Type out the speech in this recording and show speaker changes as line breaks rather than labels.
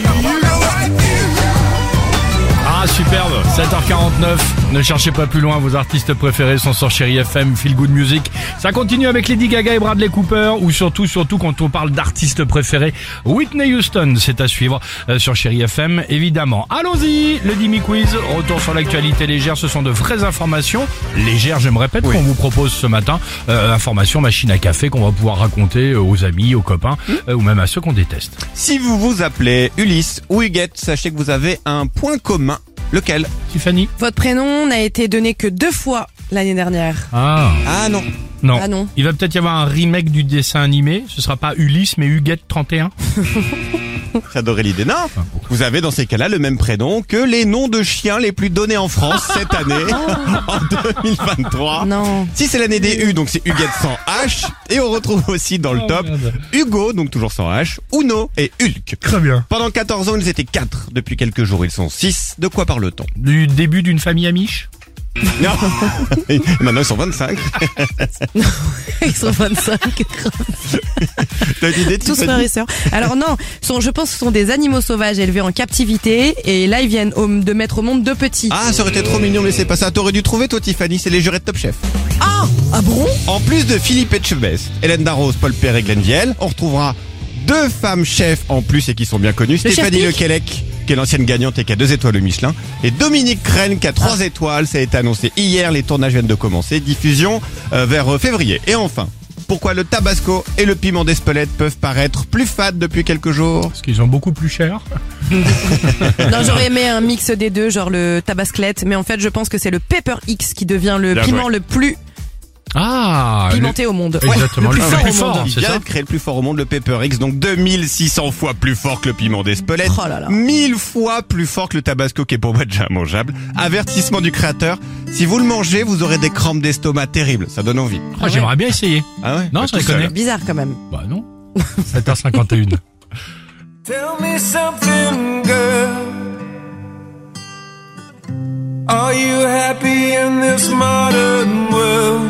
Ah superbe, 7h49. Ne cherchez pas plus loin, vos artistes préférés sont sur Chéri FM, Feel Good Music. Ça continue avec Lady Gaga et Bradley Cooper, ou surtout, surtout quand on parle d'artistes préférés, Whitney Houston, c'est à suivre euh, sur Chéri FM, évidemment. Allons-y, le Dimi Quiz, retour sur l'actualité légère, ce sont de vraies informations, légères je me répète, qu'on vous propose ce matin, euh, informations machine à café qu'on va pouvoir raconter euh, aux amis, aux copains, euh, ou même à ceux qu'on déteste.
Si vous vous appelez Ulysse ou Huguette, sachez que vous avez un point commun. Lequel
Tiffany
Votre prénom n'a été donné que deux fois l'année dernière.
Ah
Ah non.
Non.
Ah non.
Il va peut-être y avoir un remake du dessin animé. Ce sera pas Ulysse, mais Huguette 31.
J'adorais l'idée. Non. Vous avez dans ces cas-là le même prénom que les noms de chiens les plus donnés en France cette année, en 2023.
Non.
Si c'est l'année des U, donc c'est Huguette sans H. Et on retrouve aussi dans le
Oh,
top
merde.
Hugo, donc toujours sans H, Uno et Hulk.
Très bien.
Pendant 14 ans, ils étaient 4. Depuis quelques jours, ils sont 6. De quoi parle-t-on
Du début d'une famille amiche
Non. Maintenant, ils sont 25.
Ils sont 25.
T'as une idée,
Tous
Tiffany
frères et sœurs. Alors non, sont, je pense que ce sont des animaux sauvages élevés en captivité et là ils viennent au- de mettre au monde deux petits.
Ah, ça aurait été trop mignon, mais c'est pas ça. T'aurais dû trouver, toi, Tiffany, c'est les jurés de Top Chef.
Ah, ah bon
En plus de Philippe Etchebest, Hélène Darroze, Paul Perret et Glenviel, on retrouvera deux femmes chefs en plus et qui sont bien connues.
chef
Stéphanie
Pic.
Lequelec, qui est l'ancienne gagnante et qui a deux étoiles au Michelin. Et Dominique Crène, qui a trois
Ah.
étoiles. Ça a été annoncé hier, les tournages viennent de commencer. Diffusion euh, vers euh, février. Et enfin, pourquoi le tabasco et le piment d'Espelette peuvent paraître plus fades depuis quelques jours
Parce qu'ils sont beaucoup plus cher.
Non, j'aurais aimé un mix des deux, genre le tabasclette, mais en fait je pense que c'est le Pepper X qui devient le
Bien
piment le plus
Ah
pimenté au monde.
Exactement,
le plus fort au monde.
fort,
Il
Ah, c'est
vient
ça
de créer le plus fort au monde, le Pepper X, donc 2600 fois plus fort que le piment d'Espelette,
Oh là là.
1000 fois plus fort que le tabasco qui est pour moi déjà mangeable. Avertissement du créateur, si vous le mangez, vous aurez des crampes d'estomac terribles, ça donne envie.
Ah, J'aimerais bien essayer.
Ah ouais
Non,
Pas
ça
tout
connaît.
seul.
Bizarre quand même.
Bah non. 7h51.
Tell me something, girl. Are you happy in this modern world?